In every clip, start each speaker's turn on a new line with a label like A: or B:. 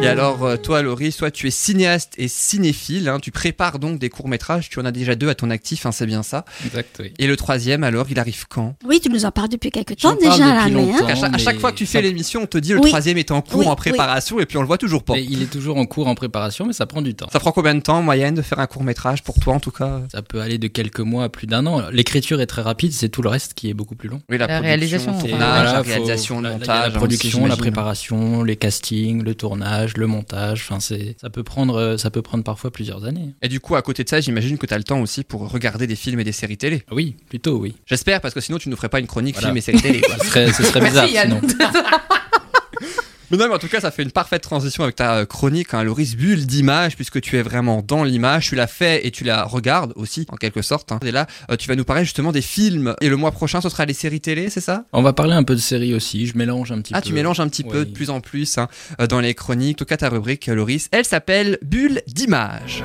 A: Et alors, euh, toi, Laurie, soit tu es cinéaste et cinéphile, hein, tu prépares donc des courts-métrages, tu en as déjà deux à ton actif, hein, c'est bien ça.
B: Exact, oui.
A: Et le troisième, alors, il arrive quand
C: Oui, tu nous en parles depuis quelques
B: J'en
C: temps déjà,
B: parle
C: là,
B: depuis
C: mais, hein.
B: longtemps.
A: à, chaque, à
B: mais
A: chaque fois que tu fais
B: ça-
A: l'émission, on te dit le
C: Oui.
A: troisième est en cours,
C: Oui,
A: en
C: oui.
A: préparation, et puis on le voit toujours pas.
B: Mais il est toujours en cours en préparation, mais ça prend du temps.
A: Ça prend combien de temps en moyenne de faire un court-métrage pour toi en tout cas
B: Ça peut aller de quelques mois à plus d'un an. L'écriture est très rapide, c'est tout le reste qui est beaucoup plus long.
A: Oui, la,
D: La
A: production,
D: réalisation,
A: le
D: enfin,
A: tournage,
B: voilà,
A: Ah, la
B: faut-
A: réalisation,
B: la-
A: le
B: la-
A: montage, hein,
B: la production, la
A: préparation.
B: préparation, les castings, le tournage, le montage. Enfin, c'est ça peut prendre, euh, ça peut prendre parfois plusieurs années.
A: Et du coup, à côté de ça, j'imagine que tu as le temps aussi pour regarder des films et des séries télé.
B: Ah Oui, plutôt oui.
A: J'espère, parce que sinon tu ne ferais pas une chronique
B: Voilà.
A: film et série télé. quoi.
B: Ce serait, ce serait bizarre.
D: Merci,
B: sinon.
D: Yann.
A: mais non, mais en tout cas, ça fait une parfaite transition avec ta euh, chronique, hein, Loris Bulle d'image, puisque tu es vraiment dans l'image, tu la fais et tu la regardes aussi, en quelque sorte. hein. Et là, euh, tu vas nous parler justement des films. Et le mois prochain, ce sera les séries télé, c'est ça
B: On va parler un peu de séries aussi. Je mélange un petit
A: Ah,
B: peu.
A: tu mélanges un petit peu
B: Ouais.
A: de plus en plus hein, euh, dans les chroniques. En tout cas, ta rubrique, euh, Loris, elle s'appelle Bulle d'image.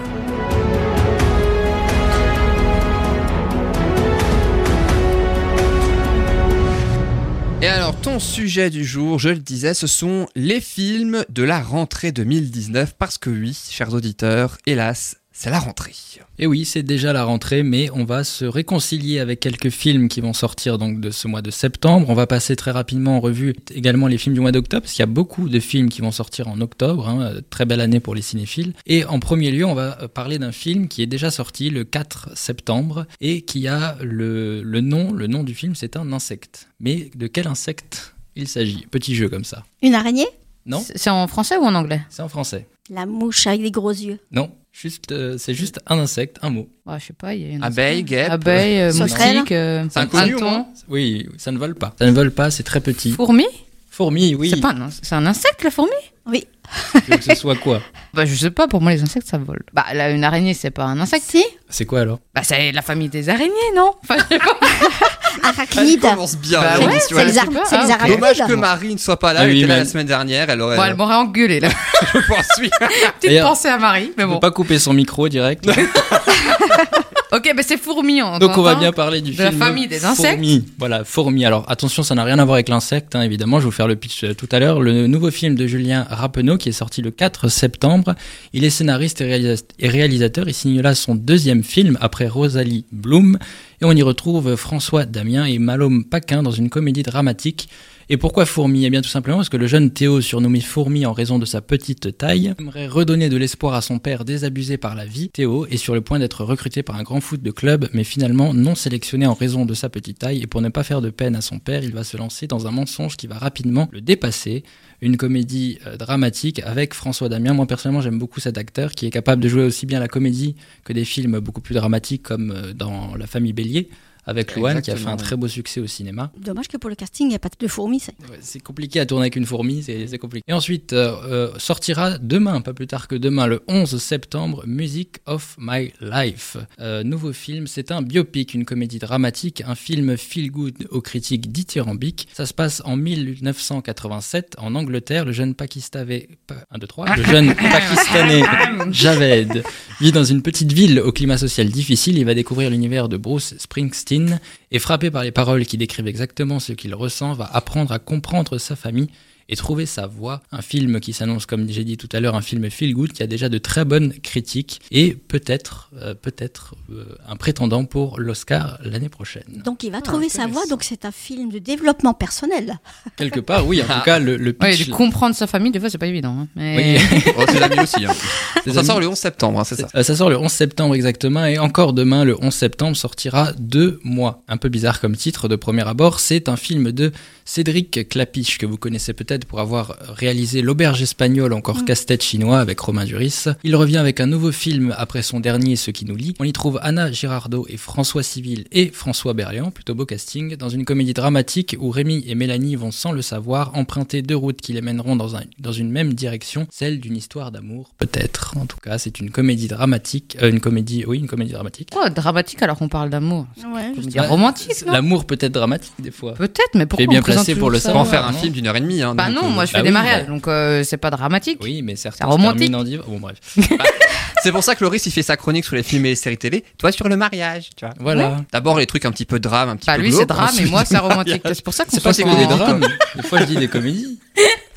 A: Et alors, ton sujet du jour, je le disais, ce sont les films de la rentrée 2019. Parce que oui, chers auditeurs, hélas, c'est la rentrée.
B: Et Eh oui, c'est déjà la rentrée, mais on va se réconcilier avec quelques films qui vont sortir donc de ce mois de septembre. On va passer très rapidement en revue également les films du mois d'octobre, parce qu'il y a beaucoup de films qui vont sortir en octobre. hein. Euh, Très belle année pour les cinéphiles. Et en premier lieu, on va euh, parler d'un film qui est déjà sorti le 4 septembre et qui a le, le nom. Le nom du film, c'est un insecte. Mais de quel insecte il s'agit Petit jeu comme ça.
C: Une araignée
B: Non,
D: C'est en français ou en anglais
B: c'est en français.
C: La mouche avec des gros yeux.
B: Non, juste, euh, c'est juste un insecte, un mot.
D: Bah, Je sais pas. il Y a une...
A: Abeille, guêpe.
D: Abeille, euh,
C: Sauterelle.
D: moustique, euh,
A: C'est inconnu, au
D: python,
A: moins.
B: Oui, ça ne vole pas. Ça ne vole pas, c'est très petit.
D: fourmi.
B: Fourmi, oui.
D: C'est pas un, c'est un insecte la fourmi
C: Oui.
B: Tu veux que ce soit quoi
D: Bah je sais pas. Pour moi les insectes ça vole. Bah là une araignée c'est pas un insecte.
C: Si
B: C'est quoi alors
D: Bah c'est la famille des araignées non Enfin je sais pas.
A: Elle
C: Ah, Arachnide.
A: commence bien.
D: Bah
A: la
D: ouais,
A: émission,
C: Ah c'est
A: elle.
C: les, ar-
D: je sais pas.
C: c'est les
D: Ah, ok.
C: arachnides.
A: Dommage que Marie ne soit pas là.
B: Ah
A: elle
B: oui,
A: était là
B: mais-
A: la semaine dernière. Elle aurait.
D: Bon elle m'aurait engueulé là.
A: je pense, oui.
D: Petite
B: D'ailleurs,
D: pensée à Marie mais
B: On
D: Ah bon.
B: peut euh, pas couper son micro direct.
D: Ok bah c'est fourmi. On
B: Donc on va
D: entend.
B: bien parler du
D: De
B: film.
D: la famille des insectes.
B: Fourmi. Voilà, fourmi. Alors attention, ça n'a rien à voir avec l'insecte, hein, évidemment. Je vais vous faire le pitch euh, tout à l'heure. Le nouveau film de Julien Rappeneau qui est sorti le 4 septembre. Il est scénariste et, réalisa- et réalisateur. Il signe là son deuxième film après Rosalie Bloom. Et on y retrouve François Damien et Malhomme Paquin dans une comédie dramatique. Et pourquoi fourmi Eh bien tout simplement parce que le jeune Théo, surnommé fourmi en raison de sa petite taille, aimerait redonner de l'espoir à son père désabusé par la vie. Théo est sur le point d'être recruté par un grand foot de club, mais finalement non sélectionné en raison de sa petite taille. Et pour ne pas faire de peine à son père, il va se lancer dans un mensonge qui va rapidement le dépasser une comédie euh, dramatique avec François Damien. Moi personnellement j'aime beaucoup cet acteur qui est capable de jouer aussi bien la comédie que des films beaucoup plus dramatiques comme euh, dans La famille Bélier avec Luan qui a fait
A: Exactement,
B: un
A: ouais.
B: très beau succès au cinéma.
C: Dommage que pour le casting, il n'y a pas de fourmis. ça.
B: Ouais, C'est compliqué à tourner avec une fourmi, c'est c'est compliqué. Et ensuite, euh, euh, sortira demain, pas plus tard que demain, le 11 septembre, Music of My Life. Euh, nouveau film, c'est un biopic, une comédie dramatique, un film feel good aux critiques dithyrambiques. Ça se passe en 1987 en Angleterre. Le jeune pakistanais, pa- un, deux, trois. le jeune pakistanais Javed vit dans une petite ville au climat social difficile. Il va découvrir l'univers de Bruce Springsteen et frappé par les paroles qui décrivent exactement ce qu'il ressent, va apprendre à comprendre sa famille et trouver sa voie. Un film qui s'annonce, comme j'ai dit tout à l'heure, un film feel good qui a déjà de très bonnes critiques et peut-être, euh, peut-être euh, un prétendant pour l'Oscar l'année prochaine.
C: Donc il va trouver sa voix,
A: intéressant.
C: donc c'est un film de développement personnel.
B: Quelque part, oui. En tout cas, le, le
D: Ouais,
B: pitch.
D: de comprendre sa famille des fois c'est pas évident. hein. Mais...
B: Oui.
A: Oh, c'est l'ami aussi. hein. Ça sort le 11 septembre, hein, c'est ça.
B: Euh, ça sort le 11 septembre exactement, et encore demain, le 11 septembre, sortira Deux mois. Un peu bizarre comme titre de premier abord, c'est un film de Cédric Clapiche, que vous connaissez peut-être pour avoir réalisé L'Auberge espagnole, encore
D: Mm.
B: casse-tête chinois avec Romain Duris. Il revient avec un nouveau film après son dernier Ce qui nous lie. On y trouve Anna Girardot et François Civil et François Berliand, plutôt beau casting, dans une comédie dramatique où Rémi et Mélanie vont sans le savoir emprunter deux routes qui les mèneront dans, un- dans une même direction, celle d'une histoire d'amour, peut-être. En tout cas, c'est une comédie dramatique, euh, une comédie, oui, une comédie dramatique.
D: Quoi dramatique alors qu'on parle d'amour
C: Ouais.
D: Comédie romantique
B: C'est-
D: non
B: L'amour peut être dramatique des fois.
D: hein. Peut-être mais pourquoi
B: bien
D: on présente
B: placé pour le
D: toujours
A: On
D: ça
A: va en
B: savoir.
A: faire un
B: non.
A: film d'une heure et demie. Hein,
D: Bah
A: donc,
D: non
A: euh,
D: moi je fais
B: bah
D: des
B: oui,
D: mariages
B: bah-
D: donc euh, c'est pas dramatique.
B: Oui, mais certains
D: La
B: se
D: romantique.
B: terminent en divorce. Bon, bref.
A: C'est pour ça que Loris il fait sa chronique sur les films et les séries télé. Toi sur le mariage, tu vois.
B: Voilà.
A: D'abord les trucs un petit peu drame, un petit
D: Bah
A: peu
D: lui c'est
A: glauque,
D: drame et
A: ensuite-
D: moi c'est romantique. C'est pour ça que
A: C'est pas
B: C'est
A: que
B: des
A: des drames.
B: drames. Des fois, je dis des comédies.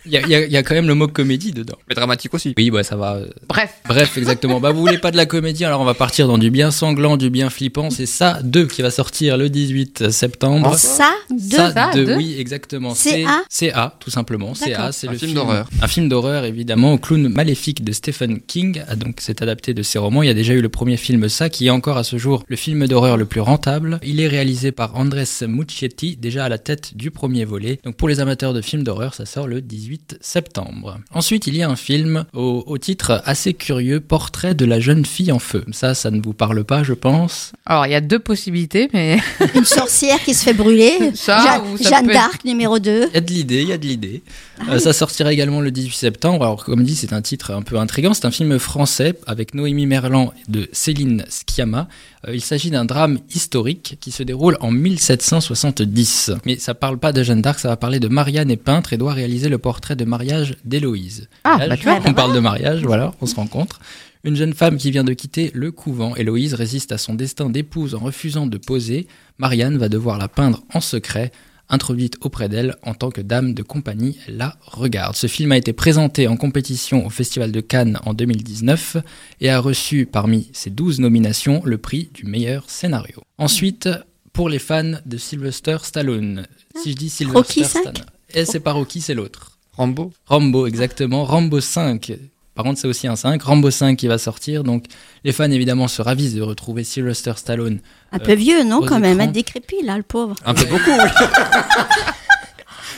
B: Il y a, il y a- il y a quand même le mot comédie dedans.
A: Mais dramatique aussi.
B: Oui, bah ça va. euh,
D: Bref,
B: Bref, exactement. Bah, vous voulez pas de la comédie, alors on va partir dans du bien sanglant, du bien flippant. C'est ça 2 qui va sortir le 18 septembre.
C: Ça, deux.
B: Ça,
D: Ça,
B: deux,
D: deux.
B: oui, exactement.
C: CA.
B: C'est A, tout simplement. CA,
C: D'accord.
B: c'est
A: Un
B: le
A: film d'horreur.
B: Un film d'horreur, évidemment, au clown maléfique de Stephen King. Ah, Donc, c'est adapté de ses romans. Il y a déjà eu le premier film Ça, qui est encore à ce jour le film d'horreur le plus rentable. Il est réalisé par Andres Muccietti, déjà à la tête du premier volet. Donc, pour les amateurs de films d'horreur, ça sort le 18 septembre. Ensuite, il y a un film au, au titre assez curieux, Portrait de la jeune fille en feu. Ça, ça ne vous parle pas, je pense.
D: alors il y a deux possibilités, mais
C: Une sorcière qui se fait brûler.
D: Ça,
C: Ja-
D: ou ça
C: Jeanne
D: peut être-
C: d'Arc, numéro 2.
B: Il y a de l'idée, il y a de l'idée. Euh, ça sortira également le 18 septembre. Alors, comme dit, c'est un titre un peu intriguant. C'est un film français avec Noémie Merlan et de Céline Sciamma. Euh, il s'agit d'un drame historique qui se déroule en 1770. Mais ça parle pas de Jeanne d'Arc, ça va parler de Marianne et peintre et doit réaliser le portrait de mariage d'Héloïse.
D: ah
B: Là,
D: bah tu vois,
B: on parle de mariage, voilà, on se rencontre. Une jeune femme qui vient de quitter le couvent, Héloïse résiste à son destin d'épouse en refusant de poser. Marianne va devoir la peindre en secret. Introduite auprès d'elle en tant que dame de compagnie, elle la regarde. Ce film a été présenté en compétition au Festival de Cannes en 2019 et a reçu parmi ses 12 nominations le prix du meilleur scénario. Ensuite, pour les fans de Sylvester Stallone, si je dis Sylvester
C: Rocky cinq
B: Stallone, et c'est pas Rocky, c'est l'autre.
A: Rambo.
B: Rambo, exactement. Rambo 5. Par contre, c'est aussi un 5. Rambo 5 qui va sortir. Donc, les fans, évidemment, se ravissent de retrouver Sylvester Stallone.
C: Un peu vieux, non,
B: aux
C: quand même.
B: écrans.
C: Un décrépit, là, le pauvre.
A: Un peu beaucoup, oui.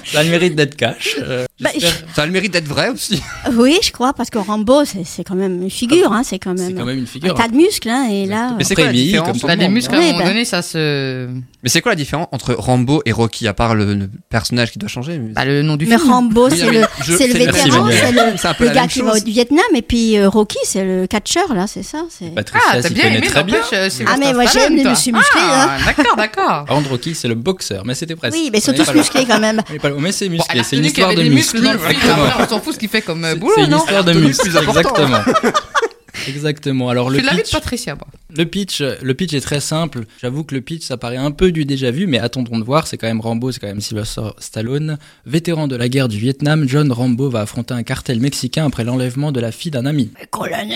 B: Ça a le mérite d'être cash. Euh,
C: Bah,
B: j'espère-
A: Ça a le mérite d'être vrai aussi.
C: Ah, Oui, Bah, je crois, parce que Rambo, c'est c'est quand même une figure. Hein, c'est quand
B: c'est
C: même,
B: quand même une
C: un
B: figure.
C: tas de muscles. Hein, et là,
A: Mais c'est quoi la
B: Après, il vieillit
A: différence
B: comme
D: bah, les muscles à un
C: Oui,
D: moment
C: bah.
D: donné, ça se,
A: Mais c'est quoi la différence entre Rambo et Rocky, à part le, le personnage qui doit changer mais-
D: bah, le nom du
C: euh, mais
D: film.
C: Rambo,
A: Oui,
C: c'est
A: oui,
C: le,
A: je-
C: c'est le
A: c'est- merci,
C: vétéran,
B: Manuel.
C: c'est
A: C'est un peu
C: le,
A: la
C: le gars
A: même
C: qui va au
A: chose.
C: Vietnam. Et puis euh, Rocky, c'est le catcheur, là, c'est ça. c'est-
B: Patricia
D: Ah, t'as
B: s'y
D: bien
B: connaît
D: aimé
B: très bien.
D: n'empêche, euh, Sylvester
C: Ah, mais moi, j'aime
D: Stallone,
C: les
D: toi.
C: monsieur musclé,
D: Ah, d'accord, d'accord.
B: Par contre, Rocky, c'est le boxeur. Mais c'était presque.
C: Oui,
B: On
C: mais
B: est
C: surtout
B: pas
C: tous
B: loin.
C: musclés quand même.
B: On est pas loin. Mais c'est
D: Bon, elle
B: musclé.
D: a
B: C'est une
D: reconnu qu'il y
B: histoire
D: avait
B: de
D: des muscles
B: muscles.
D: dans le film,
B: Exactement.
D: après, on s'en fout ce qu'il fait comme euh,
B: C'est-
D: boulot,
B: C'est une
D: non
B: histoire de
A: Tenue
B: muscles.
A: plus importante.
B: Exactement. Exactement. Alors,
D: Je
B: le
D: suis de l'avis de
B: pitch,
D: Patricia, moi.
B: Le pitch, le pitch est très simple. J'avoue que le pitch, ça paraît un peu du déjà vu, mais attendons de voir. C'est quand même Rambo, c'est quand même Sylvester Stallone. Vétéran de la guerre du Vietnam, John Rambo va affronter un cartel mexicain après l'enlèvement de la fille d'un ami.
C: Colonel.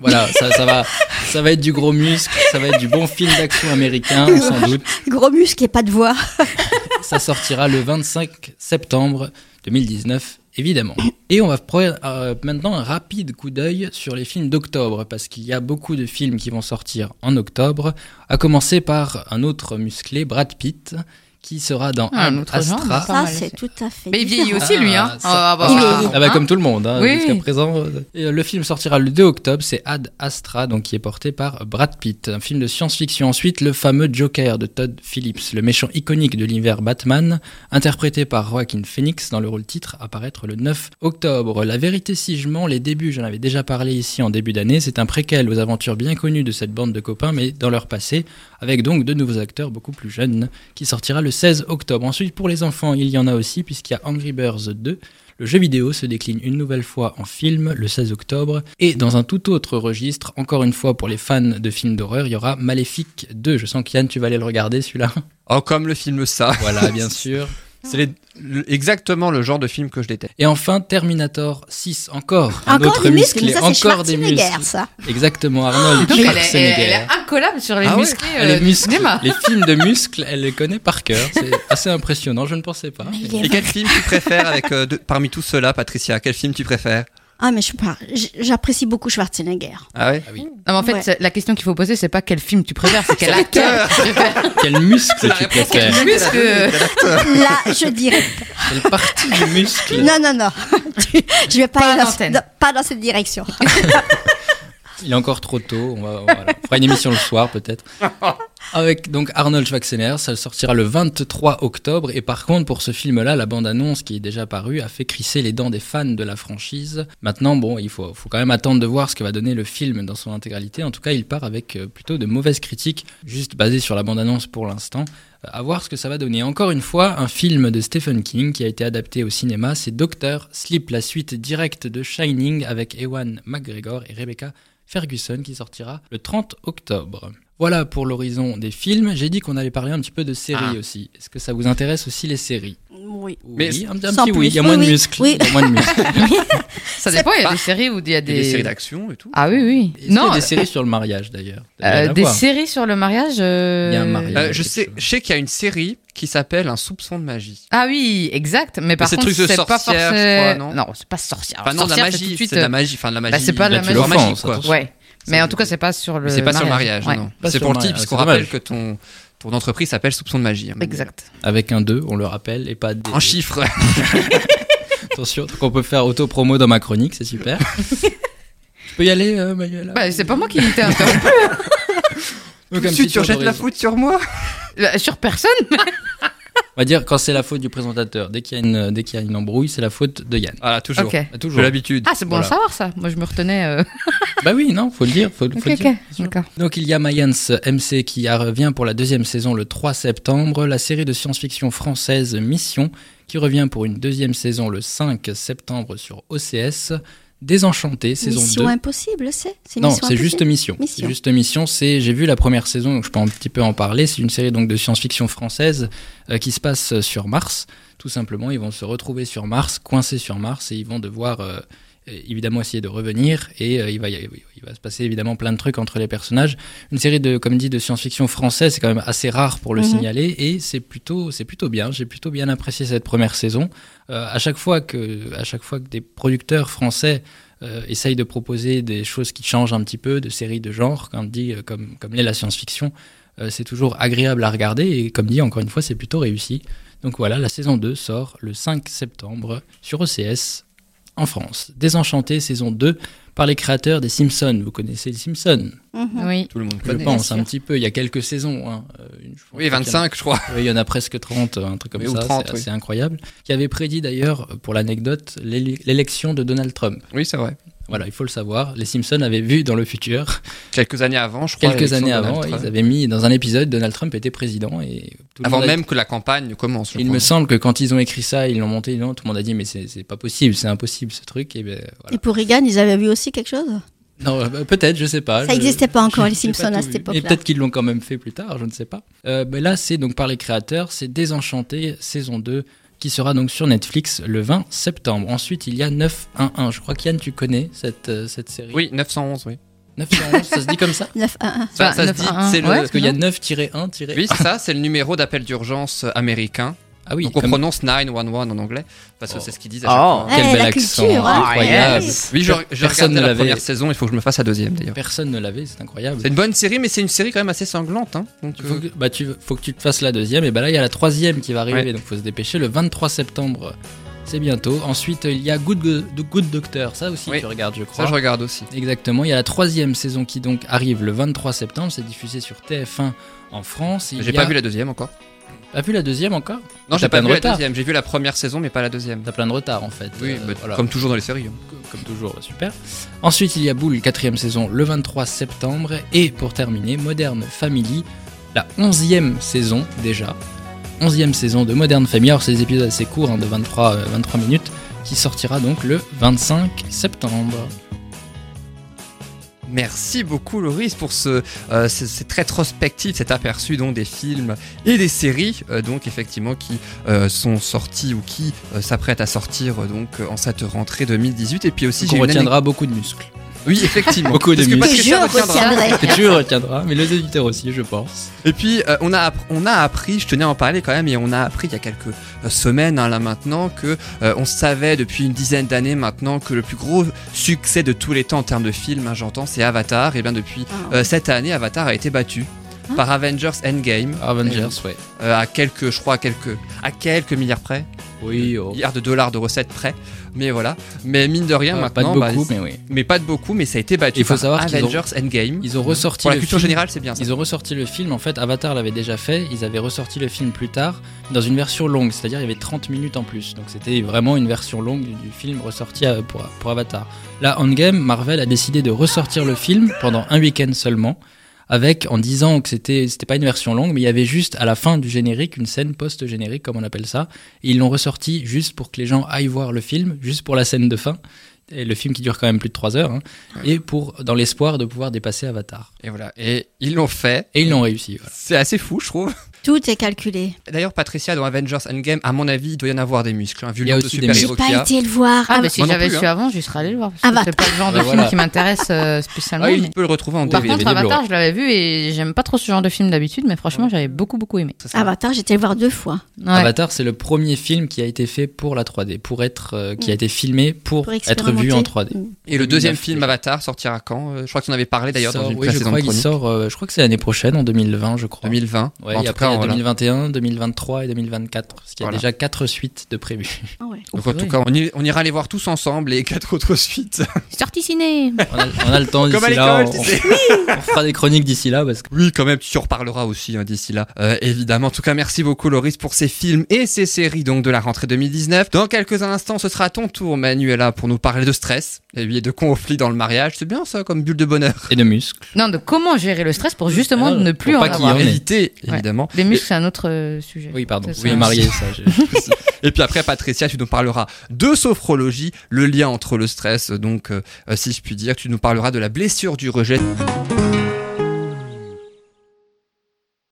B: Voilà, ça, ça va, ça va être du gros muscle, ça va être du bon film d'action américain, sans doute.
C: Gros muscle et pas de voix.
B: Ça sortira le 25 septembre 2019, évidemment. Et on va prendre euh, maintenant un rapide coup d'œil sur les films d'octobre, parce qu'il y a beaucoup de films qui vont sortir en octobre, à commencer par un autre musclé, Brad Pitt, qui sera dans
D: Ah, un
B: Ad
D: autre genre,
B: Astra.
D: Pas
C: Ça,
D: mal,
C: c'est
D: c'est-
C: tout à fait.
D: Mais il
C: différent.
D: vieillit aussi, lui, hein.
B: ça-
D: Ah, bah,
C: Il
D: bah,
C: vieillit.
B: Ah bah,
D: hein.
B: comme tout le monde, hein,
D: Oui.
B: jusqu'à présent. Et, euh, le film sortira le 2 octobre, c'est Ad Astra, donc qui est porté par Brad Pitt, un film de science-fiction. Ensuite, le fameux Joker de Todd Phillips, le méchant iconique de l'univers Batman, interprété par Joaquin Phoenix dans le rôle titre, apparaître le 9 octobre. La vérité, si je mens, les débuts, j'en avais déjà parlé ici en début d'année, c'est un préquel aux aventures bien connues de cette bande de copains, mais dans leur passé, avec donc de nouveaux acteurs beaucoup plus jeunes, qui sortira le 16 octobre. Ensuite, pour les enfants, il y en a aussi, puisqu'il y a Angry Birds 2, le jeu vidéo se décline une nouvelle fois en film le 16 octobre et dans un tout autre registre, encore une fois pour les fans de films d'horreur, il y aura Maléfique 2. Je sens qu'Yann, tu vas aller le regarder celui-là.
A: Oh, comme le film Ça.
B: Voilà, bien sûr.
A: C'est les- le- exactement le genre de film que je déteste.
B: Et enfin Terminator 6, encore un
C: Encore
B: autre
C: des muscles, mais
B: musclé,
C: ça, c'est
B: encore des
C: Schwarzenegger,
B: muscles.
C: ça.
B: Exactement, Arnold
D: Non, mais elle, est, elle
B: Schwarzenegger.
D: est incollable sur les
A: Ah ouais,
D: musclés euh,
B: Elle est
D: du
B: musclée.
D: cinéma.
B: Les films de muscles, elle les connaît par cœur. C'est assez impressionnant, je ne pensais pas.
C: Mais il est
A: Et quel film tu préfères avec, euh, de- parmi tout cela, Patricia Quel film tu préfères
C: Ah, mais je sais pas, j- j'apprécie beaucoup Schwarzenegger.
A: Ah ouais
D: Non, mais en fait,
C: Ouais.
D: c'est- la question qu'il faut poser, c'est pas quel film tu préfères, c'est quel acteur tu préfères.
B: Quel muscle
A: la
B: tu
A: réponse
B: préfères
D: Muscle.
C: Là, je dirais.
B: Quelle partie du muscle
C: Non, non, non. Tu- je vais pas,
D: Pas
C: aller
D: à
C: dans,
D: l'antenne.
C: ce- dans- pas dans cette direction.
B: Il est encore trop tôt. On, va, voilà. on fera une émission le soir peut-être. Avec donc Arnold Schwarzenegger, ça sortira le 23 octobre. Et par contre, pour ce film-là, la bande-annonce qui est déjà parue a fait crisser les dents des fans de la franchise. Maintenant, bon, il faut, faut quand même attendre de voir ce que va donner le film dans son intégralité. En tout cas, il part avec euh, plutôt de mauvaises critiques, juste basées sur la bande-annonce pour l'instant. Euh, À voir ce que ça va donner. Encore une fois, un film de Stephen King qui a été adapté au cinéma, c'est Doctor Sleep, la suite directe de Shining avec Ewan McGregor et Rebecca Ferguson qui sortira le 30 octobre. Voilà pour l'horizon des films. J'ai dit qu'on allait parler un petit peu de séries
A: Ah.
B: aussi. Est-ce que ça vous intéresse aussi les séries
C: Oui.
A: Mais
B: oui, un, un
C: sans
B: petit oui.
C: plus.
B: Il y a moins
C: Oui,
B: de
C: oui.
B: muscles.
C: Oui.
B: Il y a moins de muscles.
A: Ça
D: C'est pas, il y a
A: pas-
D: des séries où il y a
A: Il y
D: des.
A: a des séries d'action et tout.
D: ah oui, oui.
B: Est-ce qu'il y a
D: Non,
B: des séries sur le mariage d'ailleurs. Ça doit y en
D: euh, des
B: avoir.
D: séries sur le mariage. euh,
B: Il y a un mariage.
A: Euh, je
B: quelque
A: sais,
B: chose.
A: je sais qu'il y a une série qui s'appelle Un soupçon de magie.
D: Ah oui, exact. Mais par
A: c'est
D: contre,
A: truc de
D: c'est pas
A: sorcière, je
D: forcément.
A: crois, non
D: c'est pas sorcière.
A: Enfin, non, de la
D: Sorcière, c'est tout
A: magie.
D: de suite,
A: C'est
D: euh, bah,
A: de la magie. Enfin, de la magie.
D: c'est pas de la
A: tu
D: magie.
A: leur
B: L'offense,
A: quoi.
B: attention.
D: Ouais. Mais
A: Ça,
D: en tout cas, c'est pas sur le.
A: Mais c'est pas sur le mariage,
D: Ouais.
A: non.
B: Pas
A: C'est
B: sur
A: pour
B: le
A: le type,
B: mariage,
A: puisqu'on
B: c'est
A: rappelle
B: dommage.
A: que ton, ton entreprise s'appelle Soupçon de magie. hein, mais
D: Exact.
B: Avec un 2, on le rappelle, et pas des.
A: En chiffre.
B: Attention, donc on peut faire auto-promo dans ma chronique, c'est super. Je peux y aller, euh, Manuela
D: Bah, c'est pas moi qui t'ai interrompu.
B: Ou comme
A: tu
B: petit
A: tu rejettes la
B: d'horizon.
A: faute sur moi.
D: Euh, sur personne.
B: On va dire quand c'est la faute du présentateur. Dès qu'il y a une, dès qu'il y a une embrouille, c'est la faute de Yann.
A: Voilà, toujours.
D: Ok.
B: Ah,
A: J'ai
B: toujours.
A: l'habitude.
D: Ah, c'est bon à
B: Voilà.
D: savoir ça. Moi, je me retenais. euh,
B: Bah oui, non, faut le dire. Faut, faut
D: Ok,
B: le dire.
D: ok. D'accord.
B: Donc il y a Mayence MC qui a- revient pour la deuxième saison le 3 septembre, la série de science-fiction française Mission qui revient pour une deuxième saison le 5 septembre sur OCS, Désenchanté saison
C: Mission
B: 2.
C: impossible, c'est C'est
B: Non,
C: Mission
B: c'est juste
C: Impossible
B: Mission.
C: Mission.
B: C'est Juste Mission, c'est j'ai vu la première saison, donc je peux un petit peu en parler. C'est une série donc de science-fiction française euh, qui se passe sur Mars. Tout simplement, ils vont se retrouver sur Mars, coincés sur Mars, et ils vont devoir euh, euh, évidemment essayer de revenir. Et euh, il va y- il va se passer évidemment plein de trucs entre les personnages. Une série de comédie de science-fiction française, c'est quand même assez rare pour le
C: Mhm.
B: signaler, et c'est plutôt c'est plutôt bien. J'ai plutôt bien apprécié cette première saison. Euh, à chaque fois que à chaque fois que des producteurs français euh, essaye de proposer des choses qui changent un petit peu, de séries de genre, comme dit, euh, comme, comme l'est la science-fiction. Euh, c'est toujours agréable à regarder et comme dit, encore une fois, c'est plutôt réussi. Donc voilà, la saison 2 sort le 5 septembre sur E OCS en France. Désenchanté, saison 2, par les créateurs des Simpsons. Vous connaissez les Simpsons,
C: Mhm.
D: Oui.
A: Tout le monde
B: je
A: connaît.
D: Bien
B: pense,
D: sûr.
B: un petit peu. Il y a quelques saisons. hein. Euh, une- je pense
A: Oui,
B: qu'il y en a
A: 25, je crois.
B: oui, il y en a presque 30, un truc comme
A: Oui, ou
B: ça,
A: 30,
B: c'est
A: oui.
B: assez incroyable. Qui avait prédit d'ailleurs, pour l'anecdote, l'éle- l'élection de Donald Trump.
A: Oui, c'est vrai.
B: Voilà, il faut le savoir. Les Simpsons avaient vu dans le futur,
A: Quelques années avant, je crois.
B: quelques
A: l'élection
B: années
A: de Donald
B: avant,
A: Trump.
B: ils avaient mis dans un épisode Donald Trump était président et tout le
A: Avant
B: monde a-
A: même que la campagne commence. je
B: Il
A: crois.
B: me semble que quand ils ont écrit ça, ils l'ont monté, ils l'ont- tout le monde a dit mais c'est c'est pas possible, c'est impossible ce truc. Et ben, voilà.
C: Et pour Reagan, ils avaient vu aussi quelque chose
B: Non, euh, bah, peut-être, je sais pas.
C: Ça
B: je-
C: n'existait pas encore, les
B: J'ai pas
C: Simpsons,
B: tout
C: à
B: vu.
C: cette
B: Et
C: époque-là.
B: peut-être qu'ils l'ont quand même fait plus tard, je ne sais pas. Euh, mais là, c'est donc par les créateurs, c'est Désenchanté, saison 2, qui sera donc sur Netflix le 20 septembre. Ensuite, il y a 911. Je crois qu'Yann, tu connais cette, euh, cette série.
A: Oui, 911, oui.
B: 911, ça se dit comme ça Ah,
C: 9-1-1.
A: Ça,
D: Bah,
A: ça se
D: 911,
A: dit, c'est le.
D: ouais.
B: Parce qu'il y a 9-1-1.
A: Oui, c'est ça, c'est le numéro d'appel d'urgence américain.
B: Ah oui,
A: Donc on
B: comme-
A: prononce 911 en anglais, parce que
B: Oh.
A: c'est ce qu'ils disent à chaque
D: Oh.
A: fois.
B: quel
C: Eh,
B: bel
C: la
B: accent
C: culture, hein.
B: incroyable.
C: Ah,
A: Oui, je, je
B: Personne
A: regardé
B: ne
A: la
B: l'avait.
A: première saison, il faut que je me fasse la deuxième d'ailleurs.
B: Personne ne l'avait, c'est incroyable.
A: C'est une bonne série, mais c'est une série quand même assez sanglante. Hein. Donc,
B: Il faut
A: euh,
B: que, bah, tu, faut que tu te fasses la deuxième. Et bah là, il y a la troisième qui va arriver.
A: Ouais.
B: Donc, faut se dépêcher. Le 23 septembre, c'est bientôt. Ensuite, il y a Good, Go- Good Doctor. Ça aussi,
A: Oui.
B: tu regardes, je crois.
A: Ça, je regarde aussi.
B: Exactement. Il y a la troisième saison qui donc arrive le 23 septembre. C'est diffusé sur TF1 en France. Il
A: J'ai
B: y
A: pas
B: a-
A: vu la deuxième encore.
B: T'as vu la deuxième encore
A: Non,
B: T'as
A: j'ai
B: plein
A: pas
B: de
A: vu la
B: retard.
A: deuxième. J'ai vu la première saison, mais pas la deuxième.
B: T'as plein de retard en fait.
A: Oui,
B: Euh,
A: bah,
B: voilà.
A: comme toujours dans les séries. hein.
B: comme toujours, super. Ensuite, il y a Boule, quatrième saison, le 23 septembre. Et pour terminer, Modern Family, la onzième saison déjà. Onzième saison de Modern Family. Alors, c'est des épisodes assez courts, hein, de 23, euh, 23 minutes, qui sortira donc le 25 septembre.
A: Merci beaucoup Loris pour ce, euh, ce- cette rétrospective, cet aperçu donc des films et des séries euh, donc effectivement qui euh, sont sortis ou qui euh, s'apprêtent à sortir euh, donc euh, en cette rentrée 2018 et puis aussi
B: Donc,
A: j'ai
B: on
A: une
B: retiendra beaucoup de muscles.
A: anecdote- oui effectivement
B: Beaucoup de
A: Parce que
B: musique.
C: Que je
A: Patricia retiendra.
C: retiendrai.
B: Que tu retiendras, mais les auditeurs aussi, je pense.
A: Et puis euh, on a appr- on a appris, je tenais à en parler quand même et on a appris il y a quelques euh, semaines hein, là maintenant que euh, on savait depuis une dizaine d'années maintenant que le plus gros succès de tous les temps en termes de films, hein, j'entends, c'est Avatar et bien depuis
C: Ah.
A: euh, cette année Avatar a été battu
C: Hein
A: par Avengers Endgame.
B: Avengers, ouais.
A: Euh, à quelques, je crois, à quelques, à quelques milliards près, Euh,
B: Oui, oh.
A: milliards de dollars de recettes près, mais voilà. Mais mine de rien,
B: Euh, Pas- pas de
A: maintenant,
B: beaucoup,
A: bah,
B: mais oui.
A: mais pas de beaucoup, mais ça a été battu.
B: Il faut
A: par
B: savoir qu'ils
A: Avengers Endgame.
B: Ils ont ressorti
A: Pour la
B: le
A: culture
B: film.
A: générale, c'est bien. Ça.
B: Ils ont ressorti le film, en fait Avatar l'avait déjà fait, ils avaient ressorti le film plus tard dans une version longue, c'est-à-dire il y avait 30 minutes en plus. Donc c'était vraiment une version longue du film ressorti à- pour, pour Avatar. Là, Endgame, Marvel a décidé de ressortir le film pendant un week-end seulement, avec en disant que c'était c'était pas une version longue, mais il y avait juste à la fin du générique une scène post-générique, comme on appelle ça. Et ils l'ont ressorti juste pour que les gens aillent voir le film, juste pour la scène de fin. et le film qui dure quand même plus de 3 heures, hein, et pour, dans l'espoir de pouvoir dépasser Avatar.
A: Et voilà. Et ils l'ont fait.
B: Et ils l'ont réussi. voilà.
A: C'est assez fou, je trouve.
C: Tout est calculé.
A: D'ailleurs, Patricia dans Avengers Endgame, à mon avis, il doit y en avoir des muscles. Hein, vu
B: Il
A: le
B: y a
A: nombre de
B: aussi
A: super
B: des muscles.
C: J'ai
A: héros qu'il y
C: pas
A: a.
C: été le voir.
D: Ah,
A: bah,
D: bah si
A: moi non
D: j'avais
A: plus,
D: su avant, je serais allée le voir. parce que
C: Avatar.
D: C'est pas le genre de
B: Bah, voilà.
D: film qui m'intéresse euh, spécialement.
A: Ah, oui,
D: mais-
A: tu peux le retrouver en
D: Par
A: DVD.
D: contre,
B: DVD
D: Avatar,
B: Blu-ray.
D: je l'avais vu et j'aime pas trop ce genre de film d'habitude, mais franchement, j'avais beaucoup, beaucoup aimé.
A: Ça, ça-
C: Avatar, Ah, bah, j'étais le voir deux fois.
D: Ouais.
B: Avatar, c'est le premier film qui a été fait pour la 3D, pour être, euh,
D: Mm.
B: qui a été filmé pour,
C: Pour
B: être vu en 3D.
C: Mm.
A: Et le deuxième
B: 2009,
A: film
B: déjà.
A: Avatar sortira quand Euh, Je crois que tu en avais parlé d'ailleurs dans
B: Sort-
A: une
B: oui, je
A: précédente
B: crois qu'il
A: chronique.
B: sort, euh, je crois que c'est l'année prochaine, en 2020, je crois.
A: 2020.
B: Ouais,
A: en
B: et
A: tout
B: après,
A: cas,
B: il y a
A: voilà.
B: 2021, 2023 et 2024, parce qu'il y a
A: Voilà.
B: déjà quatre suites de prévues.
C: Ah ouais.
A: Donc en tout cas, on, y- on ira les voir tous ensemble les quatre autres suites.
D: Sorti ciné
B: On a, on a le temps
A: Comme à
B: d'ici là.
A: l'école,
B: On,
A: tu sais.
B: on fera des chroniques d'ici là, parce que
A: Oui, quand même, tu en reparleras aussi hein, d'ici là, euh, évidemment. En tout cas, merci beaucoup, Loris, pour ces films et ces séries donc de la rentrée 2019. Dans quelques instants, ce sera ton tour, Manuela, pour nous parler de stress et oui, de conflits dans le mariage. C'est bien ça, comme bulle de bonheur.
B: et de muscles.
D: Non, de comment gérer le stress pour justement
B: Ah,
D: ne plus
B: pour
D: en
B: pas qu'il y
D: avoir.
B: en ait.
A: Éviter, évidemment.
D: Les muscles, c'est un autre euh, sujet.
B: Oui, pardon.
D: C'est
B: Oui,
D: ça.
B: marié, ça. je-
A: Et puis après, Patricia, tu nous parleras de sophrologie, le lien entre le stress, donc, euh, euh, si je puis dire, tu nous parleras de la blessure du rejet.